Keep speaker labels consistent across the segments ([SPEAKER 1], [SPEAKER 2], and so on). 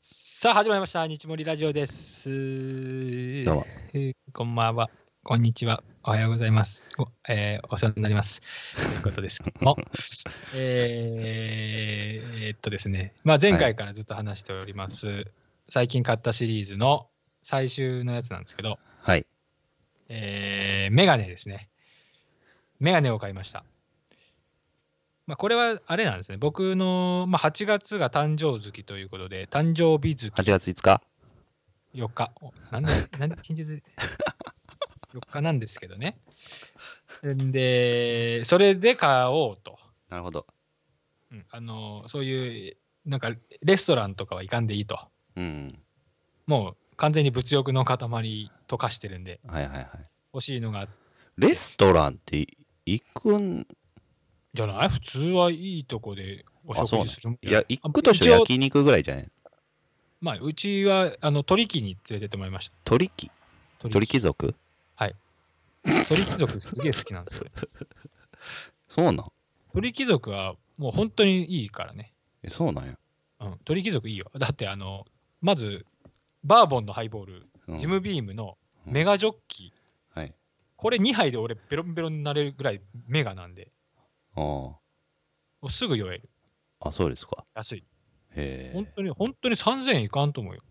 [SPEAKER 1] さあ始まりました日森ラジオです
[SPEAKER 2] どうも
[SPEAKER 1] えーこんばんはこんにちはおはようございますお,、えーお世話になりますということ ですけどもえーえーっとですね、まあ、前回からずっと話しております、最近買ったシリーズの最終のやつなんですけど、
[SPEAKER 2] はい。
[SPEAKER 1] えーメガネですね。メガネを買いました。まあ、これはあれなんですね。僕の、まあ、8月が誕生月ということで、誕生日月
[SPEAKER 2] 8月5日
[SPEAKER 1] 4日。おなんで、なんで、近日4日なんですけどね。んで、それで買おうと。
[SPEAKER 2] なるほど。
[SPEAKER 1] うんあのそういう、なんかレストランとかは行かんでいいと。
[SPEAKER 2] うん。
[SPEAKER 1] もう完全に物欲の塊と化してるんで、
[SPEAKER 2] はいはいはい。
[SPEAKER 1] 欲しいのが
[SPEAKER 2] レストランってい行くん、
[SPEAKER 1] じゃない普通はいいとこでお食事するもん
[SPEAKER 2] いや、行くとしては
[SPEAKER 1] 一応
[SPEAKER 2] 焼肉ぐらいじゃない
[SPEAKER 1] まあ、うちは、あの、鳥貴に連れてってもらいました。
[SPEAKER 2] 鳥貴鳥貴族
[SPEAKER 1] 鳥貴族すげえ好きなんですよ。俺
[SPEAKER 2] そうなん
[SPEAKER 1] 鳥貴族はもう本当にいいからね。
[SPEAKER 2] え、そうなんや。
[SPEAKER 1] うん、鳥貴族いいよ。だって、あの、まず、バーボンのハイボール、
[SPEAKER 2] うん
[SPEAKER 1] ジムビームのメガジョッキ、
[SPEAKER 2] はい。
[SPEAKER 1] これ2杯で俺、ベロンベロンになれるぐらいメガなんで、
[SPEAKER 2] あー
[SPEAKER 1] もうすぐ酔える。
[SPEAKER 2] あ、そうですか。
[SPEAKER 1] 安い。
[SPEAKER 2] へ
[SPEAKER 1] 本
[SPEAKER 2] え。
[SPEAKER 1] 当に、本当に3000円いかんと思うよ。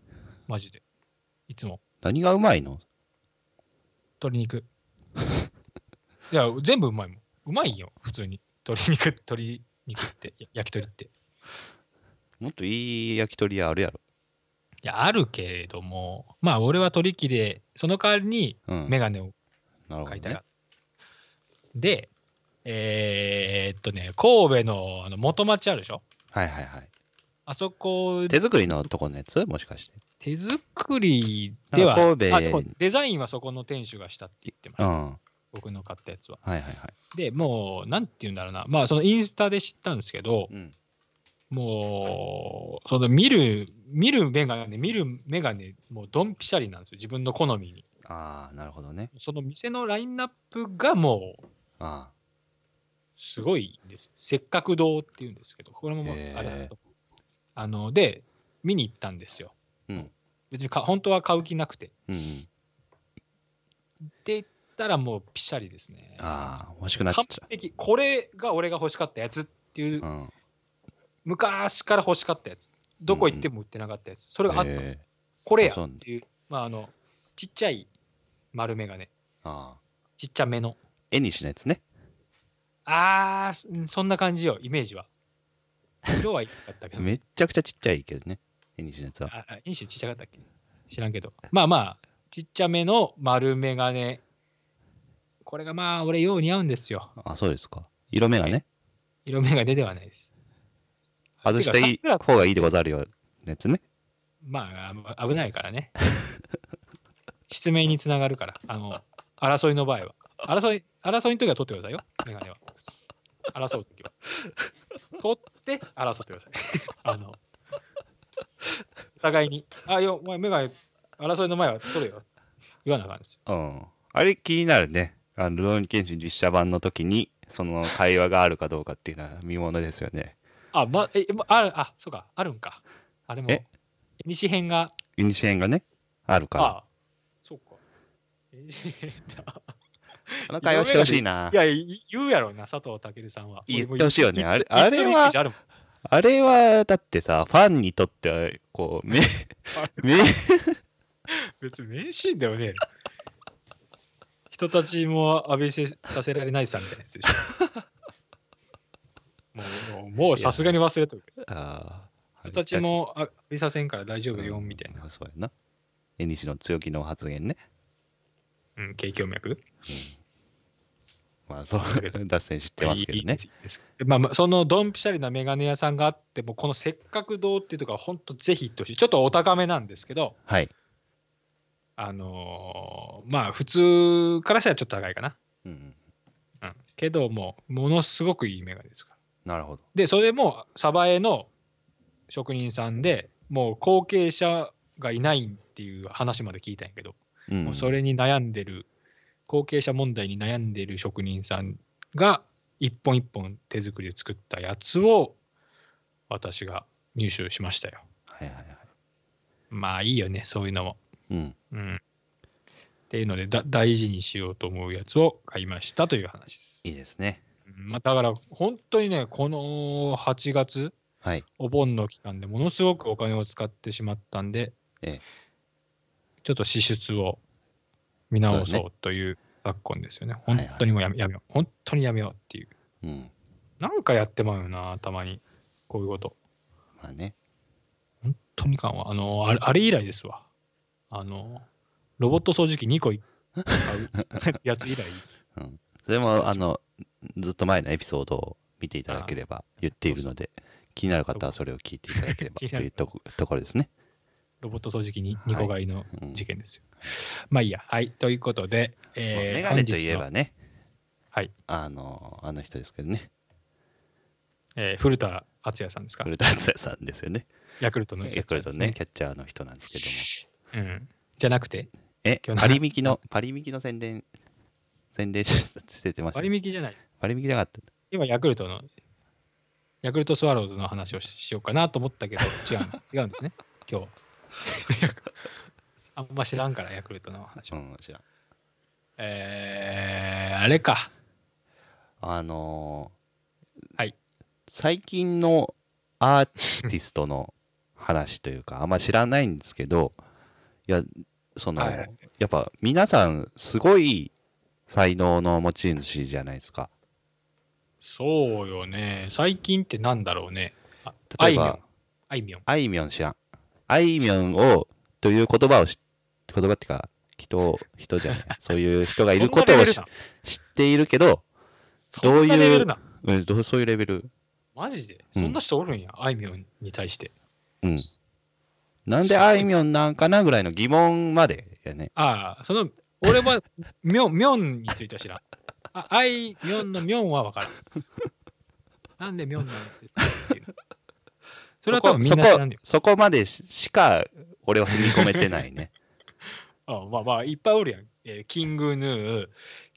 [SPEAKER 1] マジで。いつも。
[SPEAKER 2] 何がうまいの
[SPEAKER 1] 鶏 肉。いや、全部うまいもん。うまいよ、普通に。鶏肉、鶏肉って、や焼き鳥って。い
[SPEAKER 2] もっといい焼き鳥屋あるやろ。
[SPEAKER 1] や、あるけれども、まあ、俺は鳥貴で、その代わりに
[SPEAKER 2] うん。
[SPEAKER 1] メガネを
[SPEAKER 2] なるほ
[SPEAKER 1] 買い
[SPEAKER 2] ど、
[SPEAKER 1] たい
[SPEAKER 2] ね
[SPEAKER 1] な。。で、えーっとね、神戸のあの元町あるでしょ
[SPEAKER 2] はいはいはい。
[SPEAKER 1] あそこ
[SPEAKER 2] 手作りのとこのやつもしかして。
[SPEAKER 1] 手作りでは、
[SPEAKER 2] なんか神戸
[SPEAKER 1] あでもデザインはそこの店主がしたって言ってまし
[SPEAKER 2] う
[SPEAKER 1] た、
[SPEAKER 2] ん。は
[SPEAKER 1] 僕の買ったやつは。
[SPEAKER 2] いはいはい。
[SPEAKER 1] で、もう、なんて言うんだろうな、まあ、そのインスタで知ったんですけど、
[SPEAKER 2] うん。
[SPEAKER 1] もう、その見る、見るメガネ、見るメガネ、もうドンピシャリなんですよ、自分の好みに。
[SPEAKER 2] ああ、なるほどね。
[SPEAKER 1] その店のラインナップがもう、
[SPEAKER 2] あ
[SPEAKER 1] すごいんです。せっかく堂っていうんですけど、これもまあ
[SPEAKER 2] へー
[SPEAKER 1] あれだと。あの、で、見に行ったんですよ。
[SPEAKER 2] あ。うん。
[SPEAKER 1] 別にか本当は買う気なくて。って
[SPEAKER 2] うんうん。
[SPEAKER 1] 言ったらもうピシャリですね。
[SPEAKER 2] ああ、欲しくなっちゃ
[SPEAKER 1] 完璧。これが俺が欲しかったやつっていう、
[SPEAKER 2] う。うん。
[SPEAKER 1] 昔から欲しかったやつ。どこ行っても売ってなかったやつ。それがあったんです
[SPEAKER 2] へ
[SPEAKER 1] よ
[SPEAKER 2] え。
[SPEAKER 1] これや
[SPEAKER 2] あそう
[SPEAKER 1] っ
[SPEAKER 2] なんだ
[SPEAKER 1] ていう、まあ、あの、ちっちゃい丸メガネ、
[SPEAKER 2] ああ。
[SPEAKER 1] ちっちゃめの。
[SPEAKER 2] 絵にしないやつね。
[SPEAKER 1] あー、うんそんな感じよ、イメージは。色はいかったけど、
[SPEAKER 2] めっちゃくちゃちっちゃいけどね。絵にしないやつは。
[SPEAKER 1] あ、あインシちっちゃかったっけ知らんけど。まあまあ、ちっちゃめの丸メガネ。これがまあ、俺、よう似合うんですよ。
[SPEAKER 2] あ、そうですか。色目がね、
[SPEAKER 1] 色メガネではないです。
[SPEAKER 2] 外していい
[SPEAKER 1] てか
[SPEAKER 2] 方がいいでござるよ。のやつね。
[SPEAKER 1] まああ、危ないからね。失明につながるから、あの、争いの場合は。争い、争いの時は取ってくださいよ、メガネは。争う時は。取って、争ってください。 あの、お互いに、あ、よ、お前メガネ、争いの前は取れよ。言わなあかんですよ。
[SPEAKER 2] うん。あれ気になるね。あの、ルローニケンシン実写版の時に、その会話があるかどうかっていうのは見ものですよね。
[SPEAKER 1] あ、ま、え、まある、あ、そうか、あるんか。あれも
[SPEAKER 2] え、
[SPEAKER 1] 西編が、
[SPEAKER 2] イニシエンがね、あるから。
[SPEAKER 1] あ、そうか。西編だ。
[SPEAKER 2] あの会話してほしいない
[SPEAKER 1] や、い言うやろな、佐藤健さんは。
[SPEAKER 2] 言ってほしいよね
[SPEAKER 1] 俺も
[SPEAKER 2] あれ
[SPEAKER 1] 言っ
[SPEAKER 2] あれ
[SPEAKER 1] 言ってる
[SPEAKER 2] は
[SPEAKER 1] イメージあるもん
[SPEAKER 2] あれは、だってさ、ファンにとっては、こ う、め、め、
[SPEAKER 1] 別に名シーンだよね。人たちも浴びせさせられないさみたいなやつでし ょ。もうもう、もうさすがに忘れとるけど。
[SPEAKER 2] ああ
[SPEAKER 1] 人たちもあ浴びさせんから大丈夫よ、みたいな。
[SPEAKER 2] な。そうやな。絵にしの強気の発言ね。
[SPEAKER 1] うん、景況脈
[SPEAKER 2] ま あ、そう
[SPEAKER 1] だけ、
[SPEAKER 2] 脱線してますけど
[SPEAKER 1] いいい
[SPEAKER 2] ね
[SPEAKER 1] い。ですまあまあ、そのドンピシャリなメガネ屋さんがあって、もうこのせっかく堂っていうとこは本当ぜひ行ってほしい。ちょっとお高めなんですけど、
[SPEAKER 2] はい。
[SPEAKER 1] あのーまあ普通からしたらちょっと高いかな。
[SPEAKER 2] うんうん。
[SPEAKER 1] うん、けどもうものすごくいいメガネですから。
[SPEAKER 2] なるほど。
[SPEAKER 1] でそれも鯖江の職人さんでもう後継者がいないっていう話まで聞いたんやけど、
[SPEAKER 2] うん
[SPEAKER 1] もうそれに悩んでる後継者問題に悩んでる職人さんが一本一本手作りで作ったやつを私が入手しましたよ。
[SPEAKER 2] はいはいはい。
[SPEAKER 1] まあいいよね、そういうのも。
[SPEAKER 2] うん。
[SPEAKER 1] うん。っていうのでだ、大事にしようと思うやつを買いましたという話です。
[SPEAKER 2] いいですね。
[SPEAKER 1] うんまあ、だから本当にね、この8月、
[SPEAKER 2] はい。
[SPEAKER 1] お盆の期間でものすごくお金を使ってしまったんで、
[SPEAKER 2] ええ
[SPEAKER 1] ちょっと支出を見直そうという昨今ですよね。
[SPEAKER 2] はい
[SPEAKER 1] 本
[SPEAKER 2] はい
[SPEAKER 1] 当にもうやめやめよう。本当にやめようっていう。
[SPEAKER 2] うん。
[SPEAKER 1] なんかやってまうよな、たまに。こういうこと。
[SPEAKER 2] まあね。
[SPEAKER 1] 本当にかんわ。あの、あれあれ以来ですわ。あの、ロボット掃除機2個い買 うやつ以来。
[SPEAKER 2] うん。それも、あの、ずっと前のエピソードを見ていただければ言っているので、気になる方はそれを聞いていただけれ ば
[SPEAKER 1] 気にな
[SPEAKER 2] と
[SPEAKER 1] る
[SPEAKER 2] いうとこところですね。
[SPEAKER 1] ロボット掃除機に2個買いの
[SPEAKER 2] うん
[SPEAKER 1] 事件ですよ。まあいいや。はい。ということで、えー、
[SPEAKER 2] メガネとい
[SPEAKER 1] 本日
[SPEAKER 2] え
[SPEAKER 1] の
[SPEAKER 2] ばね、
[SPEAKER 1] はい
[SPEAKER 2] あの、あの人ですけどね、
[SPEAKER 1] えー古田敦也さんですか。
[SPEAKER 2] 古田敦也さんですよね。
[SPEAKER 1] ヤクルトのキャッ
[SPEAKER 2] ヤ
[SPEAKER 1] チ
[SPEAKER 2] ク
[SPEAKER 1] ャ
[SPEAKER 2] ル
[SPEAKER 1] ー
[SPEAKER 2] ト
[SPEAKER 1] です
[SPEAKER 2] ね、キャッチャーの人なんですけども。
[SPEAKER 1] うん、じゃなくて、
[SPEAKER 2] え、
[SPEAKER 1] 今日の
[SPEAKER 2] パリミキの、パリミキの宣伝、宣伝ししててました
[SPEAKER 1] 割
[SPEAKER 2] ね。
[SPEAKER 1] 引じゃない。
[SPEAKER 2] パリミキじゃなかった。
[SPEAKER 1] 今、ヤクルトの、ヤクルトスワローズの話をししようかなと思ったけど、違う の、違うんですね、今日。 あんま知らんから、ヤクルトの話
[SPEAKER 2] う
[SPEAKER 1] を。
[SPEAKER 2] ん、知らん。
[SPEAKER 1] えー、あれか。
[SPEAKER 2] あのー
[SPEAKER 1] はい
[SPEAKER 2] 最近のアーティストの話という か、あんま知らないんですけど、いや、その、
[SPEAKER 1] はいはい
[SPEAKER 2] やっぱ皆さん、すごい才能の持ち主じゃないですか。
[SPEAKER 1] そうよね。最近ってなんだろうね。ああい
[SPEAKER 2] 例え
[SPEAKER 1] みょ
[SPEAKER 2] ば
[SPEAKER 1] ん。、あいみょん。
[SPEAKER 2] あいみょん知らん。あいみょんを、という言葉を知っ、言葉っていうか、人、人じゃない。そういう人がいることを知知っているけど、
[SPEAKER 1] どういう。そんなレベルな
[SPEAKER 2] うん、どうそういうレベル。
[SPEAKER 1] マジで
[SPEAKER 2] う
[SPEAKER 1] そ
[SPEAKER 2] ん
[SPEAKER 1] んな人おるんや、あいみょんに対して。
[SPEAKER 2] うん。なんであいみょんなんかなぐらいの疑問までやね。
[SPEAKER 1] ああ、その、俺は、 みょん、みょんについては知らん。あ、あい、みょんのみょんは分からん。なんでみょんなんですかっていう。それは多分みんな知らんよ。
[SPEAKER 2] そこそこまでししか俺は踏み込めてな いね。
[SPEAKER 1] あまあまあ、いっぱいおるやん。えーキングヌー、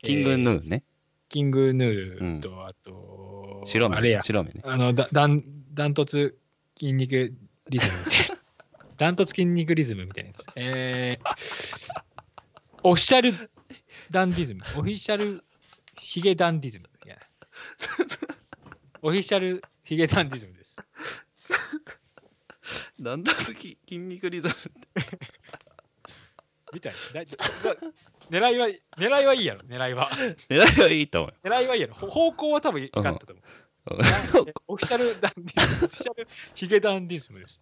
[SPEAKER 2] キング
[SPEAKER 1] ー、
[SPEAKER 2] ヌーね。
[SPEAKER 1] キングヌー
[SPEAKER 2] う
[SPEAKER 1] と、あと、
[SPEAKER 2] 白
[SPEAKER 1] あれ
[SPEAKER 2] 目。
[SPEAKER 1] や、
[SPEAKER 2] 白 目ね。
[SPEAKER 1] あの、だだんダントツ筋肉リズムみたいな。 ダントツ筋肉リズムみたいなやつ。えーオフィシャルダンディズム。オフィシャルヒゲダンディズム。いやオフィシャルヒゲダンディズムです。
[SPEAKER 2] だんだん好き。筋肉 リズム。
[SPEAKER 1] みたいな。だだ狙いは、狙いはいいやろ、狙いは。
[SPEAKER 2] 狙いはいいと思うよ。
[SPEAKER 1] 狙いはいいやろ。ほ方向は多分良かったと思う。
[SPEAKER 2] うん
[SPEAKER 1] えオフィシャルダンディズム、オフィシャルヒゲダンディズムです。す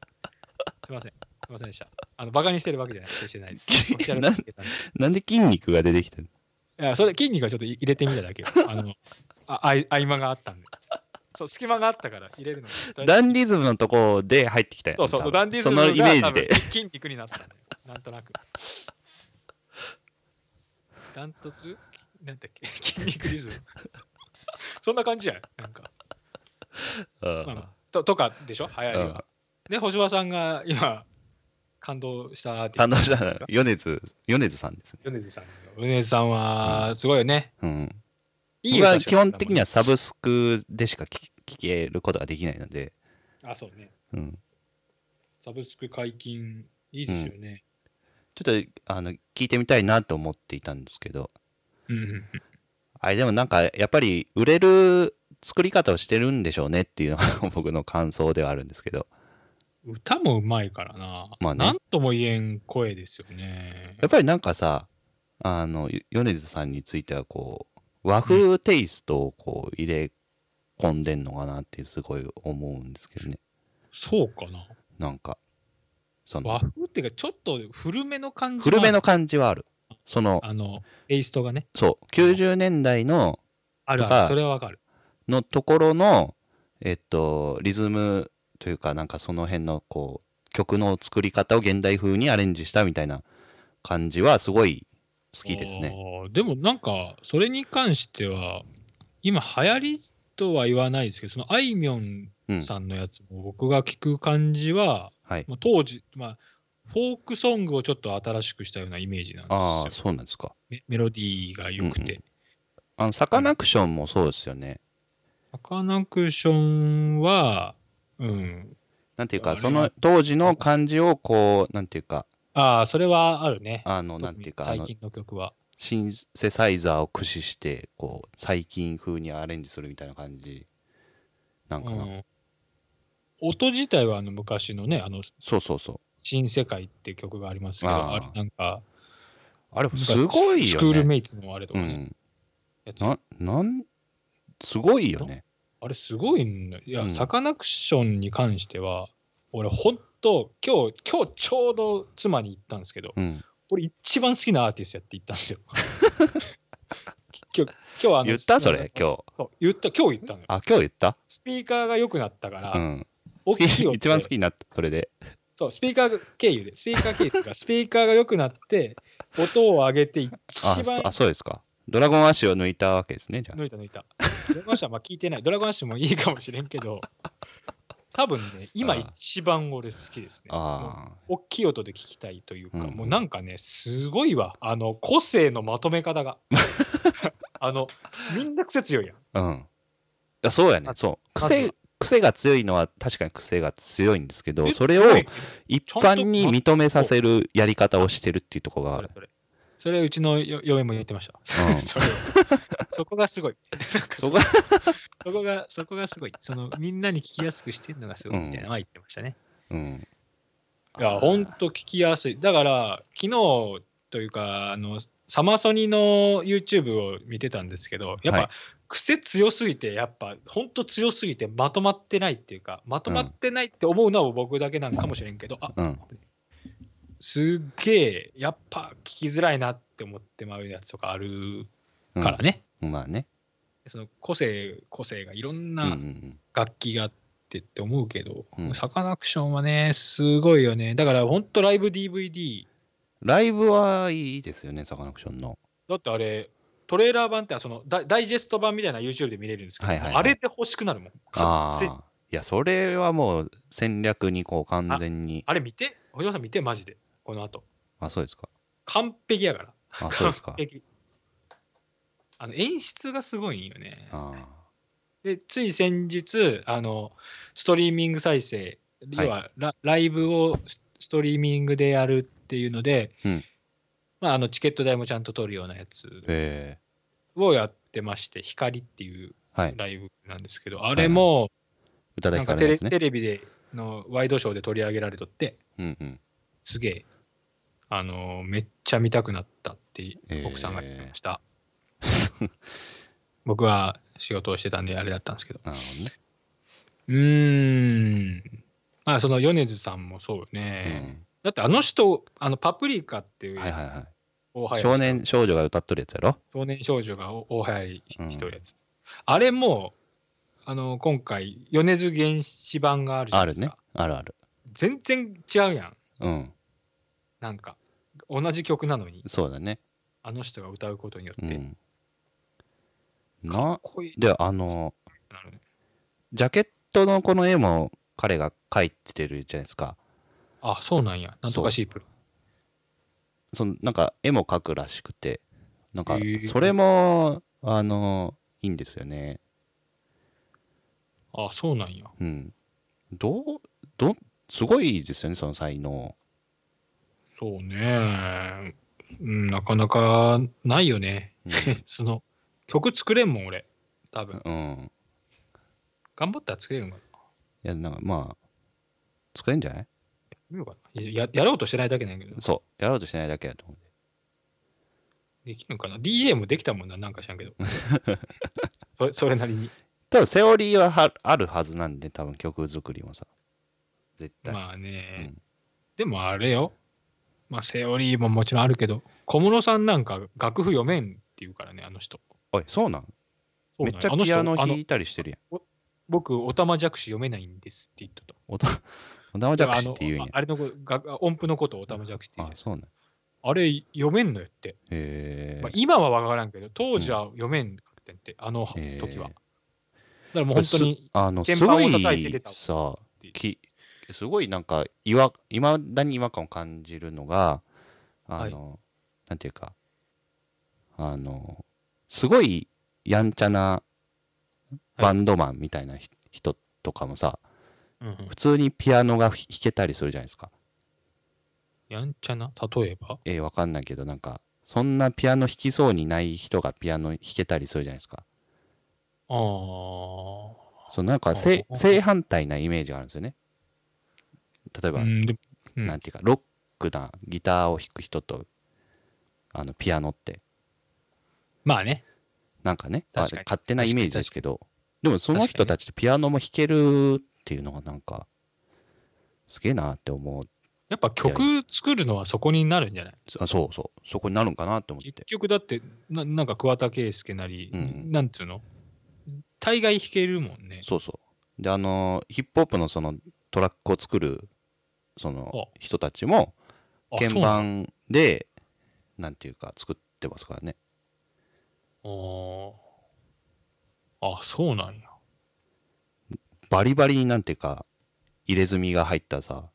[SPEAKER 1] いません。すいませんでした。あの、バカにしてるわけじゃなくてしてないです。オフィシャルヒゲダンディズム
[SPEAKER 2] なんで筋肉が出てきたの
[SPEAKER 1] いや、それ筋肉はちょっと入れてみただけよ。あの、ああい合間があったんで。そう、隙間があったから入れるのが
[SPEAKER 2] ダンディズムのとこで入ってきたよ
[SPEAKER 1] そうそうそう、ダンディズム
[SPEAKER 2] そ
[SPEAKER 1] が
[SPEAKER 2] のイメージ
[SPEAKER 1] 多
[SPEAKER 2] で
[SPEAKER 1] 分。筋肉になったんだよ。なんとなく。ダントツなんだっけ筋肉リズム。そんな感じやん。なんか。まあまあととかでしょ流行り
[SPEAKER 2] うん
[SPEAKER 1] は。で、星葉さんが今、感動したアーティ
[SPEAKER 2] 感
[SPEAKER 1] スト
[SPEAKER 2] 動したのは米津、米津さんですね。
[SPEAKER 1] 米津さん。米津さんは、すごいよね。
[SPEAKER 2] うん。
[SPEAKER 1] いい
[SPEAKER 2] 僕
[SPEAKER 1] 歌
[SPEAKER 2] は
[SPEAKER 1] し
[SPEAKER 2] 基
[SPEAKER 1] か
[SPEAKER 2] 本的にはサブスクでしか聞聞けることができないので、
[SPEAKER 1] あ、そうね。
[SPEAKER 2] うん、
[SPEAKER 1] サブスク解禁、いいですよね。
[SPEAKER 2] ちょっとあの聞いてみたいなと思っていたんですけど、
[SPEAKER 1] うんうんうん
[SPEAKER 2] あれでもなんかやっぱり売れる作り方をしてるんでしょうねっていうのが僕の感想ではあるんですけど、
[SPEAKER 1] 歌もうまいからな。
[SPEAKER 2] まあね
[SPEAKER 1] なんとも言えん声ですよね。
[SPEAKER 2] やっぱりなんかさ、あのよ米津さんについてはこう和風テイストをこう入れ込んでんのかなってすごい思うんですけどね、
[SPEAKER 1] そうかな。
[SPEAKER 2] なんかそ
[SPEAKER 1] 和
[SPEAKER 2] の
[SPEAKER 1] 風っていうか、ちょっと古めの感じ。
[SPEAKER 2] 古めの。感じはある。その
[SPEAKER 1] あの、テイストがね。
[SPEAKER 2] そう90年代の
[SPEAKER 1] ある
[SPEAKER 2] と
[SPEAKER 1] あ
[SPEAKER 2] か
[SPEAKER 1] る。それはわかる。
[SPEAKER 2] のところの、えっと、リズムというか、なんかその辺のこう曲の作り方を現代風にアレンジしたみたいな感じはすごい好きですね。
[SPEAKER 1] あー。でもなんか、それに関しては、今流行りとは言わないですけど、そのあいみょん
[SPEAKER 2] うん、
[SPEAKER 1] さんのやつも僕が聞く感じは、
[SPEAKER 2] はい。
[SPEAKER 1] まあ、当時、まあ、フォークソングをちょっと新しくしたようなイメージなんですよ。
[SPEAKER 2] ああ、そうなんですか。
[SPEAKER 1] メメロディーが良くて。
[SPEAKER 2] うんあの、サカナクションもそうですよね。
[SPEAKER 1] サカナクションは、うん、
[SPEAKER 2] なんていう
[SPEAKER 1] あ
[SPEAKER 2] か
[SPEAKER 1] れは
[SPEAKER 2] その当時の感じをこうなんていうか
[SPEAKER 1] ああ、それはあるね。
[SPEAKER 2] あのなんていうかあ
[SPEAKER 1] 最
[SPEAKER 2] の
[SPEAKER 1] 近の曲は。
[SPEAKER 2] シンセサイザーを駆使してこう最近風にアレンジするみたいな感じなんかな、
[SPEAKER 1] うん音自体はあの昔のね、あの
[SPEAKER 2] そうそうそう
[SPEAKER 1] 新世界っていう曲がありますけど、
[SPEAKER 2] ああ
[SPEAKER 1] あれなんか、
[SPEAKER 2] あれすごい
[SPEAKER 1] ス
[SPEAKER 2] よ
[SPEAKER 1] クール
[SPEAKER 2] ね
[SPEAKER 1] メイツのあれと
[SPEAKER 2] う
[SPEAKER 1] かね、
[SPEAKER 2] ん
[SPEAKER 1] やつ
[SPEAKER 2] ななんすごいよね
[SPEAKER 1] あれすごいんだいや、
[SPEAKER 2] うん
[SPEAKER 1] サカナクションに関しては、俺、本当今日、今日ちょうど妻に行ったんですけど、
[SPEAKER 2] うん
[SPEAKER 1] 俺、一番好きなアーティストやって行ったんですよ。 今日、今日あの
[SPEAKER 2] 言ったそれ今日
[SPEAKER 1] そう言った、今日言ったのよ。
[SPEAKER 2] あ今日言った
[SPEAKER 1] スピーカーが良くなったから、
[SPEAKER 2] うん
[SPEAKER 1] 大
[SPEAKER 2] 好き
[SPEAKER 1] きい音で
[SPEAKER 2] 一番好きになったそれで
[SPEAKER 1] そう、スピーカー経由で、スピーカー経由というか、スピーカーが良くなって、音を上げて、一
[SPEAKER 2] あ
[SPEAKER 1] 番
[SPEAKER 2] そあそうですかドラゴンアッシュを抜いたわけですねじゃあ
[SPEAKER 1] 抜いた抜いた。ドラゴンアッシュはまあ聞いてない。ドラゴンアッシュもいいかもしれんけ ど、多分ね、今
[SPEAKER 2] ああ
[SPEAKER 1] 一番俺好きですね。もう
[SPEAKER 2] あ
[SPEAKER 1] 大きい音で聞きたいというか、
[SPEAKER 2] うん
[SPEAKER 1] もうなんかね、すごいわ。あの、個性のまとめ方 が。あの、みんな癖強いやん。
[SPEAKER 2] あうんいやそうやね
[SPEAKER 1] あ
[SPEAKER 2] そう
[SPEAKER 1] まずは
[SPEAKER 2] 癖癖が強いのは確かに癖が強いんですけど
[SPEAKER 1] え
[SPEAKER 2] それを
[SPEAKER 1] 強い
[SPEAKER 2] 一般に認めさせるやり方をしてるっていうところが
[SPEAKER 1] そ
[SPEAKER 2] あ
[SPEAKER 1] れ
[SPEAKER 2] る
[SPEAKER 1] それ。それうちのよ嫁も言ってました。
[SPEAKER 2] うん
[SPEAKER 1] それを そこがすごい。なんか
[SPEAKER 2] そこが
[SPEAKER 1] そこが、そこがすごい。その、みんなに聞きやすくしてるのがすごいみたいなのは言ってましたね。
[SPEAKER 2] うん
[SPEAKER 1] いや、ほんと聞きやすい。だから、昨日というか、あの、サマソニの YouTube を見てたんですけど、やっぱ、
[SPEAKER 2] はい
[SPEAKER 1] 癖強すぎて、やっぱ、ほんと強すぎて、まとまってないっていうか、まとまってないって思うのは僕だけなんかもしれんけど、あ
[SPEAKER 2] うん
[SPEAKER 1] すっげえ、やっぱ聞きづらいなって思ってまうやつとかある
[SPEAKER 2] うん
[SPEAKER 1] からね。
[SPEAKER 2] まあね
[SPEAKER 1] その個性、個性がいろん
[SPEAKER 2] うんう
[SPEAKER 1] なん楽器があってって思うけど、
[SPEAKER 2] うん
[SPEAKER 1] サカナクションはね、すごいよね。だから、ほんとライブ DVD、
[SPEAKER 2] ライブはいいですよねサカナクションの
[SPEAKER 1] だってあれ、トレーラー版ってそのダイダイジェスト版みたいな YouTube で見れるんですけど、
[SPEAKER 2] はいはいはい
[SPEAKER 1] もうあれで欲しくなるもん。
[SPEAKER 2] あ
[SPEAKER 1] 完全に
[SPEAKER 2] あいやそれはもう戦略にこう完全に
[SPEAKER 1] あれ見て、星野さん見て、マジで、この後。
[SPEAKER 2] あそうですか
[SPEAKER 1] 完璧やから。
[SPEAKER 2] あそうですか
[SPEAKER 1] 完璧。あの演出がすごいんよね。
[SPEAKER 2] ああ
[SPEAKER 1] で、つい先日、あのストリーミング再生、要
[SPEAKER 2] はい
[SPEAKER 1] はラ,、ライブをスストリーミングでやるっていうので、
[SPEAKER 2] うん
[SPEAKER 1] まあ、あのチケット代もちゃんと取るようなやつ
[SPEAKER 2] え
[SPEAKER 1] をやってまして、光っていう
[SPEAKER 2] えはい
[SPEAKER 1] ライブなんですけど、あれも、
[SPEAKER 2] 宇多田
[SPEAKER 1] な
[SPEAKER 2] ヒ
[SPEAKER 1] ん
[SPEAKER 2] カ
[SPEAKER 1] かテ
[SPEAKER 2] ルのや
[SPEAKER 1] レ
[SPEAKER 2] つね
[SPEAKER 1] テレビでのワイドショーで取り上げられとって、
[SPEAKER 2] うんうん
[SPEAKER 1] すげえ、あのーめっちゃ見たくなったって
[SPEAKER 2] えー
[SPEAKER 1] 奥さんが言ってました。僕は仕事をしてたんであれだったんですけど。
[SPEAKER 2] なるほどね
[SPEAKER 1] うーん。まあ、その米津さんもそうよね。だってあの人、あのパプリカっていう
[SPEAKER 2] うんはいはいは
[SPEAKER 1] 大流行り
[SPEAKER 2] い
[SPEAKER 1] した
[SPEAKER 2] 少年少女が歌っとるやつやろ
[SPEAKER 1] 少年少女がお大流行りしてるやつ。あれも、あの今回、米津原始版があるじゃな
[SPEAKER 2] あ
[SPEAKER 1] いで
[SPEAKER 2] る
[SPEAKER 1] すか。
[SPEAKER 2] ねあるある
[SPEAKER 1] 全然違うやん。
[SPEAKER 2] うん
[SPEAKER 1] なんか、同じ曲なのに、
[SPEAKER 2] そうだね
[SPEAKER 1] あの人が歌うことによ
[SPEAKER 2] う
[SPEAKER 1] って、
[SPEAKER 2] んな
[SPEAKER 1] こういう
[SPEAKER 2] であの
[SPEAKER 1] なるね。
[SPEAKER 2] ジャケットのこの絵も彼が描いてるじゃないですか。
[SPEAKER 1] あ、そうなんや。なんとかシープル。
[SPEAKER 2] そのなんか絵も描くらしくて、なんか
[SPEAKER 1] へー
[SPEAKER 2] それも、あの、いいんですよね。
[SPEAKER 1] あ、そうなんや。
[SPEAKER 2] うん。どう、ど、すごいですよね、その才能。
[SPEAKER 1] そうね。うん、なかなかないよね。
[SPEAKER 2] う
[SPEAKER 1] その、曲作れんもん、俺。多分。
[SPEAKER 2] ん。うん、い
[SPEAKER 1] 頑張ったら作れるんかな。
[SPEAKER 2] や、なんかまあ、作れんじゃない
[SPEAKER 1] 見ようかな。いやややろうとしてないだけなんやけど、
[SPEAKER 2] そう。やろうとしないだけやと思う。
[SPEAKER 1] できるんかな。DJ もできたもんな、なんか知らん けど。それそれなりに。
[SPEAKER 2] 多分セオリーははあるはずなんで、多分曲作りもさ。絶対。
[SPEAKER 1] まあね、
[SPEAKER 2] うん
[SPEAKER 1] でもあれよ、まあ、セオリーももちろんあるけど、小室さんなんか楽譜読めんっていうからね、あの人。
[SPEAKER 2] おい、そうなん
[SPEAKER 1] そう
[SPEAKER 2] め
[SPEAKER 1] なの
[SPEAKER 2] っちゃ
[SPEAKER 1] あの
[SPEAKER 2] ピ
[SPEAKER 1] 人
[SPEAKER 2] アノ
[SPEAKER 1] あ
[SPEAKER 2] 弾
[SPEAKER 1] の
[SPEAKER 2] いたりしてるやん。
[SPEAKER 1] 僕、おたまじゃくし読めないんですって言ってた。
[SPEAKER 2] おた、おたまじゃくしって言うん
[SPEAKER 1] あの。
[SPEAKER 2] や
[SPEAKER 1] ああれのことが音符のことをおたまじゃくしって言う、
[SPEAKER 2] あ
[SPEAKER 1] じゃん
[SPEAKER 2] そうなん
[SPEAKER 1] あれ読めんのよって。
[SPEAKER 2] へえ
[SPEAKER 1] まあ、今はわからんけど、当時は読めんかってんって、あの時は。だ
[SPEAKER 2] へー
[SPEAKER 1] からもう本当に、
[SPEAKER 2] あの
[SPEAKER 1] 鍵
[SPEAKER 2] す
[SPEAKER 1] 盤
[SPEAKER 2] ご
[SPEAKER 1] を叩いて出
[SPEAKER 2] い
[SPEAKER 1] た
[SPEAKER 2] さきすごいなんかいわまだに違和感を感じるのがあの、なんていうかあのすごいやんちゃなバンドマンみたいなひ、人とかもさ、
[SPEAKER 1] うんうん
[SPEAKER 2] 普通にピアノが弾けたりするじゃないですか。
[SPEAKER 1] やんちゃな例えば
[SPEAKER 2] えー、わかんないけど、なんか、そんなピアノ弾きそうにない人がピアノ弾けたりするじゃないですか。
[SPEAKER 1] ああ。
[SPEAKER 2] そうなんか正正反対なイメージがあるんですよね。例えば、
[SPEAKER 1] うん、でうん
[SPEAKER 2] なんていうか、ロックなギターを弾く人と、あの、ピアノって、
[SPEAKER 1] まあね。
[SPEAKER 2] なんかね、
[SPEAKER 1] 確かに
[SPEAKER 2] あ勝手なイメージですけど、でもその
[SPEAKER 1] 確
[SPEAKER 2] 人
[SPEAKER 1] か
[SPEAKER 2] たちってピアノも弾けるっていうのがなんか、すげえなって思う。
[SPEAKER 1] やっぱ曲作るのはそこになるんじゃない
[SPEAKER 2] あそうそう、そこになるんかなって思っ
[SPEAKER 1] 結
[SPEAKER 2] て。
[SPEAKER 1] 局だってな、なんか桑田佳祐なり、
[SPEAKER 2] うん
[SPEAKER 1] なんつうの大概弾けるもんね。
[SPEAKER 2] そうそう。で、あのーヒップホップのそのトラックを作る、その
[SPEAKER 1] あ
[SPEAKER 2] 人たちも、
[SPEAKER 1] あ
[SPEAKER 2] 鍵
[SPEAKER 1] そうなの
[SPEAKER 2] 盤で、なんていうか、作ってますからね。
[SPEAKER 1] あーあ、そうなんや。
[SPEAKER 2] バリバリになんていうか、入れ墨が入ったさ、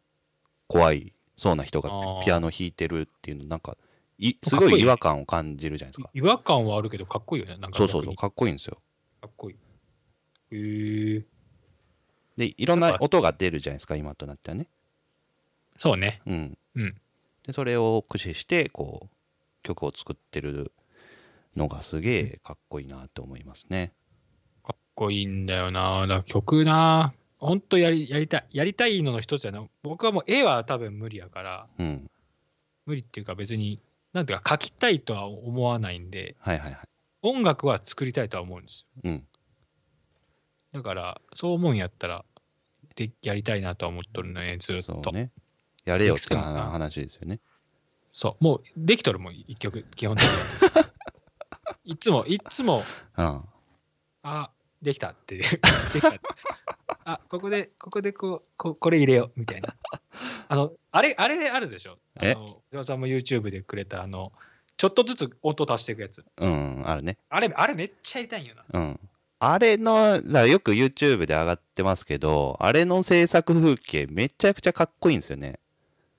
[SPEAKER 2] 怖いそうな人が
[SPEAKER 1] あー
[SPEAKER 2] ピアノ弾いてるっていうの、なんか、いす
[SPEAKER 1] かっ
[SPEAKER 2] ご
[SPEAKER 1] こい
[SPEAKER 2] い
[SPEAKER 1] い
[SPEAKER 2] 違和感を感じるじゃないですか。
[SPEAKER 1] 違和感はあるけど、かっこいいよね。なんか
[SPEAKER 2] そうそう
[SPEAKER 1] 逆
[SPEAKER 2] そう、
[SPEAKER 1] に
[SPEAKER 2] かっこいいんですよ。
[SPEAKER 1] かっこいい。へえ
[SPEAKER 2] で、いろん
[SPEAKER 1] や
[SPEAKER 2] な
[SPEAKER 1] っぱ
[SPEAKER 2] 音が出るじゃないですか、今となってはね。
[SPEAKER 1] そうね。
[SPEAKER 2] うん。
[SPEAKER 1] うん。
[SPEAKER 2] で、それを駆使して、こう、曲を作ってるのがすげえかっこいいなと思いますね。
[SPEAKER 1] かっこいいんだよな。だから曲な。ほんとやりやりたい。やりたいのの一つやな。僕はもう絵は多分無理やから、
[SPEAKER 2] うん。
[SPEAKER 1] 無理っていうか別に、なんていうか書きたいとは思わないんで、
[SPEAKER 2] はいはいはい。
[SPEAKER 1] 音楽は作りたいとは思うんですよ。
[SPEAKER 2] うん。
[SPEAKER 1] だから、そう思うんやったら、でやりたいなとは思っとるのね、ずっと。
[SPEAKER 2] そうね。やれよって
[SPEAKER 1] できそうやな
[SPEAKER 2] 話ですよね。
[SPEAKER 1] そう、もうできとるもん、一曲、基本的 には。いつも、いつも、
[SPEAKER 2] うん。
[SPEAKER 1] あ、できたって、 できた。あ、ここで、ここでこう、ここれ入れよう、みたいな。あの、あれ、あれあるでしょ。あ
[SPEAKER 2] え
[SPEAKER 1] の、ひろさんも YouTube でくれた、あの、ちょっとずつ音足していくやつ。
[SPEAKER 2] うん、あるね。
[SPEAKER 1] あれ、あれめっちゃやりたいんよな。
[SPEAKER 2] うん。あれの、だからよく YouTube で上がってますけど、あれの制作風景めちゃくちゃかっこいいんですよね。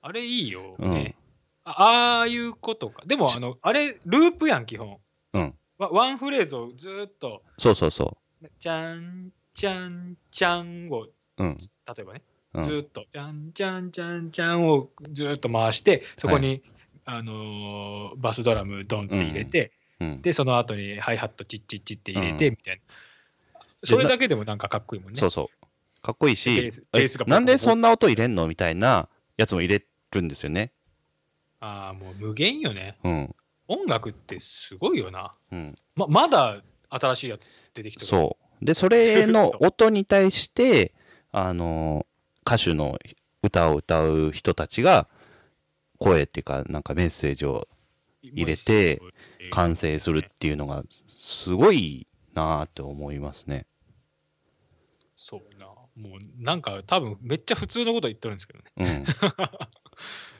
[SPEAKER 1] あれいいよ、
[SPEAKER 2] うん
[SPEAKER 1] ねあ。ああいうことか。でも、
[SPEAKER 2] し
[SPEAKER 1] あの、あれ、ループやん、基本。
[SPEAKER 2] うん。
[SPEAKER 1] ワワンフレーズをずーっと、
[SPEAKER 2] そうそうそ
[SPEAKER 1] じゃん、じゃん、じゃんを、
[SPEAKER 2] う。うん。
[SPEAKER 1] 例えばね、
[SPEAKER 2] うん、
[SPEAKER 1] ずーっと、じゃん、じゃん、じゃん、じゃんをずーっと回して、そこに、あのーバスドラムドンって入れて、
[SPEAKER 2] うん
[SPEAKER 1] で、その後にハイハットチッチッチって入れて、
[SPEAKER 2] うん
[SPEAKER 1] みたいな。それだけでもなんかかっこいいもんね。
[SPEAKER 2] そうそう。かっこいい
[SPEAKER 1] ベー
[SPEAKER 2] し
[SPEAKER 1] ス、ベ
[SPEAKER 2] え
[SPEAKER 1] ースが
[SPEAKER 2] なんでそんな音入れんのみたいなやつも入れるんですよね。
[SPEAKER 1] ああ、もう無限よね。
[SPEAKER 2] うん。
[SPEAKER 1] 音楽ってすごいよな。
[SPEAKER 2] うん、
[SPEAKER 1] ままだ新しいやつ出てきてる。
[SPEAKER 2] そう。で、それの音に対して、 あの、歌手の歌を歌う人たちが、声っていうか、なんかメッセージを入れて完成するっていうのが、すごいなぁと思いますね。
[SPEAKER 1] そうな。もうなんか多分めっちゃ普通のこと言ってるんですけどね。
[SPEAKER 2] うん。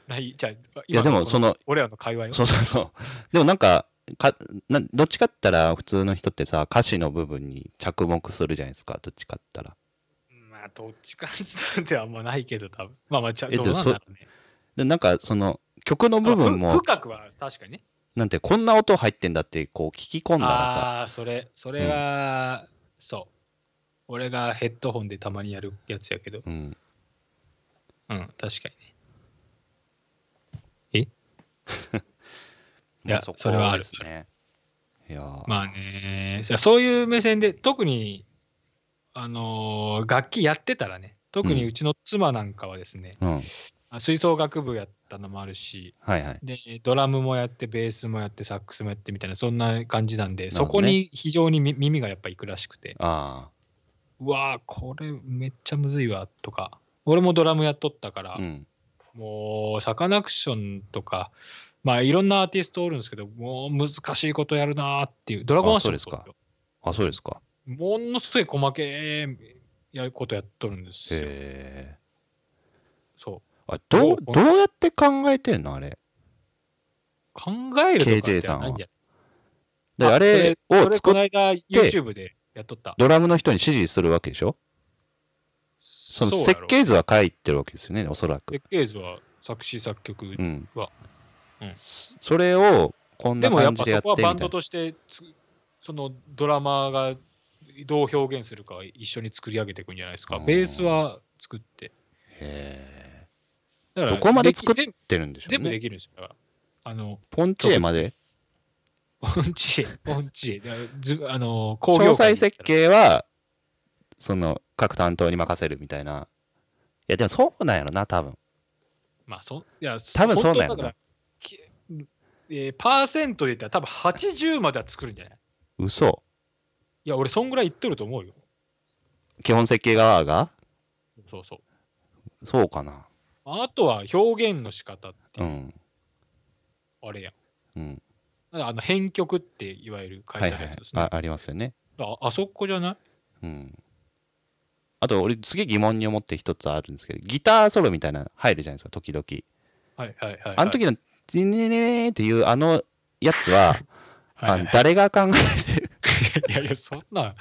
[SPEAKER 1] ないじゃあ
[SPEAKER 2] いやでも
[SPEAKER 1] こ
[SPEAKER 2] その
[SPEAKER 1] 俺らの会話よ。
[SPEAKER 2] そうそうそう。でもなんか、かなどっちかって言ったら普通の人ってさ歌詞の部分に着目するじゃないですかどっちかって言ったら
[SPEAKER 1] まあどっちかなんてあんまないけど多分。まあまあちゃ
[SPEAKER 2] え
[SPEAKER 1] どうなんだろうね。
[SPEAKER 2] でなんかその曲の部分
[SPEAKER 1] まあ
[SPEAKER 2] も
[SPEAKER 1] ふ深くは確かにね。
[SPEAKER 2] なんてこんな音入ってんだってこう聞き込んだらさ
[SPEAKER 1] ああー、それ、それは、そう。俺がヘッドホンでたまにやるやつやけど。
[SPEAKER 2] うん
[SPEAKER 1] うん、確かにね。えいや、
[SPEAKER 2] こ
[SPEAKER 1] それはある
[SPEAKER 2] で。すねいやー
[SPEAKER 1] まあね、そそういう目線で、特に、あのー楽器やってたらね、特に
[SPEAKER 2] うん
[SPEAKER 1] うちの妻なんかはですね、
[SPEAKER 2] うん
[SPEAKER 1] あ吹奏楽部やったのもあるし、
[SPEAKER 2] はいはい
[SPEAKER 1] で、ドラムもやって、ベースもやって、サックスもやってみたいな、そんな感じなんで、
[SPEAKER 2] るほ
[SPEAKER 1] そ
[SPEAKER 2] どね
[SPEAKER 1] こに非常にみ耳がやっぱ行くらしくて、
[SPEAKER 2] あ
[SPEAKER 1] うわー、これめっちゃむずいわ、とか、俺もドラムやっとったから、
[SPEAKER 2] あうん
[SPEAKER 1] もう、サカナクションとか、まあ、いろんなアーティストおるんですけど、もう難しいことやるなーっていう、ドラゴンアッシュもよ
[SPEAKER 2] あそうですかあそうですか
[SPEAKER 1] ものすごい細けいやることやっとるんですよ。
[SPEAKER 2] へえ
[SPEAKER 1] そう。
[SPEAKER 2] あどう
[SPEAKER 1] どう
[SPEAKER 2] どうやって考えてんのあれ
[SPEAKER 1] 考えるとかって
[SPEAKER 2] KJ さんは
[SPEAKER 1] ないんじゃ
[SPEAKER 2] で
[SPEAKER 1] あ
[SPEAKER 2] あれ
[SPEAKER 1] ないそ
[SPEAKER 2] を
[SPEAKER 1] れこ
[SPEAKER 2] 作
[SPEAKER 1] の
[SPEAKER 2] っ
[SPEAKER 1] 間 YouTube でやっとった。
[SPEAKER 2] ドラムの人に指示するわけでしょ
[SPEAKER 1] そ
[SPEAKER 2] その
[SPEAKER 1] うや
[SPEAKER 2] 設
[SPEAKER 1] ろ
[SPEAKER 2] 計図は書いてるわけですよねおそらく
[SPEAKER 1] 設計図は作詞作曲。
[SPEAKER 2] うん
[SPEAKER 1] はうん
[SPEAKER 2] それをこん
[SPEAKER 1] で
[SPEAKER 2] な
[SPEAKER 1] もやっ
[SPEAKER 2] 感じ
[SPEAKER 1] ぱ
[SPEAKER 2] でや
[SPEAKER 1] そ
[SPEAKER 2] って
[SPEAKER 1] こは
[SPEAKER 2] みた
[SPEAKER 1] バ
[SPEAKER 2] い
[SPEAKER 1] ン
[SPEAKER 2] な
[SPEAKER 1] ドとしてつそのドラマーがどう表現するかは一緒に作り上げていくんじゃないですか。
[SPEAKER 2] うん
[SPEAKER 1] ベースは作って。
[SPEAKER 2] へ
[SPEAKER 1] だか
[SPEAKER 2] え。
[SPEAKER 1] ら
[SPEAKER 2] どこまで
[SPEAKER 1] き
[SPEAKER 2] 作っ
[SPEAKER 1] 全部
[SPEAKER 2] てるんでしょ
[SPEAKER 1] 全
[SPEAKER 2] う
[SPEAKER 1] 部で
[SPEAKER 2] ね。
[SPEAKER 1] きるんですよ。だから。あの、
[SPEAKER 2] ポンチエまで。
[SPEAKER 1] 盆地、盆地、だからずあの、工
[SPEAKER 2] 詳
[SPEAKER 1] 業界に
[SPEAKER 2] 細
[SPEAKER 1] 行っ
[SPEAKER 2] 設
[SPEAKER 1] たら
[SPEAKER 2] 計は、その、各担当に任せるみたいな。いや、でもそうなんやろな、多分。
[SPEAKER 1] まあ、そいや
[SPEAKER 2] 多分そうだよな
[SPEAKER 1] 本当からきえーパーセントで言ったら多分80までは作るんじゃない
[SPEAKER 2] 嘘。
[SPEAKER 1] いや、俺、そんぐらいいっとると思うよ。
[SPEAKER 2] 基本設計側が
[SPEAKER 1] そうそう。
[SPEAKER 2] そうかな。
[SPEAKER 1] あとは表現の仕方って
[SPEAKER 2] う
[SPEAKER 1] いう、
[SPEAKER 2] ん。
[SPEAKER 1] あれやん。
[SPEAKER 2] うん。
[SPEAKER 1] だからあの、編曲っていわゆる書い
[SPEAKER 2] は
[SPEAKER 1] てあ
[SPEAKER 2] いは
[SPEAKER 1] るや
[SPEAKER 2] い
[SPEAKER 1] つです。ね。
[SPEAKER 2] あありますよね。
[SPEAKER 1] ああそこじゃない
[SPEAKER 2] うん。あと、俺、すげえ疑問に思って一つあるんですけど、ギターソロみたいなの入るじゃないですか、時々。
[SPEAKER 1] はいはいはい、はい。
[SPEAKER 2] あの時の、ねねねーっていうあのやつは、
[SPEAKER 1] はいはい
[SPEAKER 2] あの誰が考えてる、
[SPEAKER 1] いやいや、そんな、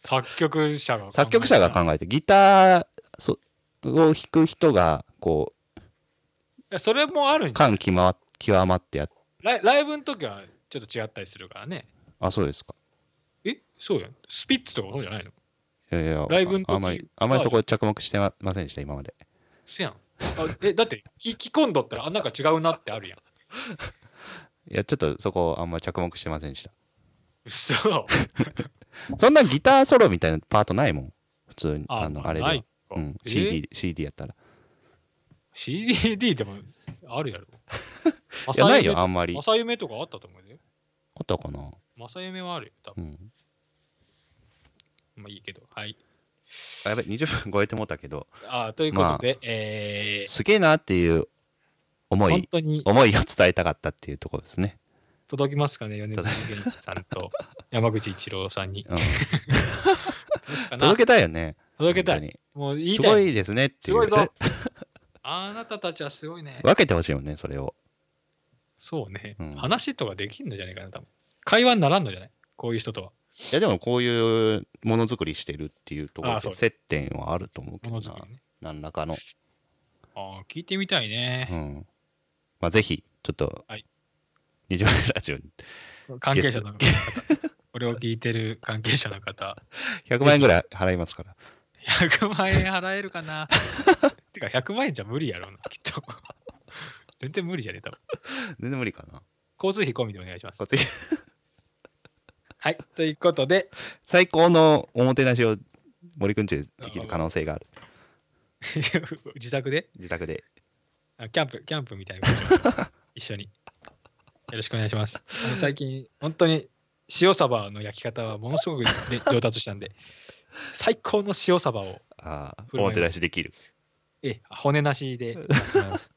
[SPEAKER 1] 作曲者が考えた。
[SPEAKER 2] 作曲者が
[SPEAKER 1] い
[SPEAKER 2] 考えて、ギターそを弾く人が、こ
[SPEAKER 1] やそれもあるん
[SPEAKER 2] う、
[SPEAKER 1] じゃん
[SPEAKER 2] 感極ま極まってやっ
[SPEAKER 1] ライライブの時はちょっと違ったりするからね。
[SPEAKER 2] あ、そうですか。
[SPEAKER 1] え、そうやん。スピッツとかそうじゃないの
[SPEAKER 2] いやいや、
[SPEAKER 1] ライブの時
[SPEAKER 2] ああんまり、あんまりそこ着目してまませんでした、今まで。
[SPEAKER 1] せやん。あ え、だって、聞き込んどったら、あ、なんか違うなってあるやん。
[SPEAKER 2] いや、ちょっとそこ、あんまり着目してませんでした。
[SPEAKER 1] そう。
[SPEAKER 2] そんなギターソロみたいなパートないもん、普通に、あの、
[SPEAKER 1] ま
[SPEAKER 2] あれで
[SPEAKER 1] な
[SPEAKER 2] は。
[SPEAKER 1] いか
[SPEAKER 2] うん、
[SPEAKER 1] え
[SPEAKER 2] CD、CD やったら。
[SPEAKER 1] CDD でもあるやろ。
[SPEAKER 2] いや、ないよ、
[SPEAKER 1] 朝
[SPEAKER 2] あんまり
[SPEAKER 1] 夢。朝夢とかあったと思うよ。
[SPEAKER 2] あったかな。
[SPEAKER 1] 朝夢はあるよ、多分。
[SPEAKER 2] うん。
[SPEAKER 1] まあいいけど。はい。
[SPEAKER 2] あやべ、20分超えてもうたけど、
[SPEAKER 1] あということで、えー
[SPEAKER 2] すげえなっていう思
[SPEAKER 1] 本
[SPEAKER 2] い、
[SPEAKER 1] 当に
[SPEAKER 2] 思いを伝えたかったっていうところですね。
[SPEAKER 1] 届きますかね、米津玄師さんと山口一郎さんに。
[SPEAKER 2] うん
[SPEAKER 1] 届くかな
[SPEAKER 2] 届けたいよね。
[SPEAKER 1] 届けたい。
[SPEAKER 2] い。
[SPEAKER 1] もう言い
[SPEAKER 2] す
[SPEAKER 1] た
[SPEAKER 2] ご
[SPEAKER 1] い。
[SPEAKER 2] いですねって
[SPEAKER 1] す
[SPEAKER 2] いう。
[SPEAKER 1] ごいぞ。 あなたたちはすごいね。
[SPEAKER 2] 分けてほしいもんね、それを。
[SPEAKER 1] そうね
[SPEAKER 2] うん。
[SPEAKER 1] 話とかできんのじゃないかな、多分。会話にならんのじゃないこういう人とは。
[SPEAKER 2] いや、でもこういうものづくりしてるっていうところ
[SPEAKER 1] あそ
[SPEAKER 2] と
[SPEAKER 1] う
[SPEAKER 2] 接点はあると思うけ
[SPEAKER 1] も
[SPEAKER 2] ど
[SPEAKER 1] のづ
[SPEAKER 2] な
[SPEAKER 1] く。りね。
[SPEAKER 2] 何らかの。
[SPEAKER 1] ああ、聞いてみたいうね。
[SPEAKER 2] ん。まあ、ぜひ、ちょっと
[SPEAKER 1] はい、
[SPEAKER 2] 20分ラジオに
[SPEAKER 1] 関係者の方。これを聞いてる関係者の方。
[SPEAKER 2] 100万円ぐらい払いますから。
[SPEAKER 1] 100万円払えるか なてか100万円じゃ無理やろうな、きっと。全然無理じゃねえ、多分。
[SPEAKER 2] 全然無理かな。
[SPEAKER 1] 交通費込みでお願いします
[SPEAKER 2] こっ。ち
[SPEAKER 1] はい、ということで、
[SPEAKER 2] 最高のおもてなしを森くんちでできる可能性がある。
[SPEAKER 1] 自宅で
[SPEAKER 2] 自宅で。
[SPEAKER 1] あキャンプ、キャンプみた いなことを一緒に。よろしくお願いします。あの最近、本当に塩サバの焼き方はものすご くね上達したんで、最高の塩サバを、
[SPEAKER 2] ああ、
[SPEAKER 1] 振
[SPEAKER 2] お
[SPEAKER 1] る舞います
[SPEAKER 2] もてなしできる。
[SPEAKER 1] ええ、骨なし で出します。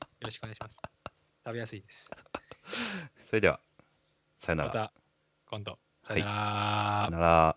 [SPEAKER 1] よろしくお願いします。食べやすいです。
[SPEAKER 2] それでは、さよな
[SPEAKER 1] ま
[SPEAKER 2] ら。
[SPEAKER 1] た今度。さよなら。
[SPEAKER 2] さよなら。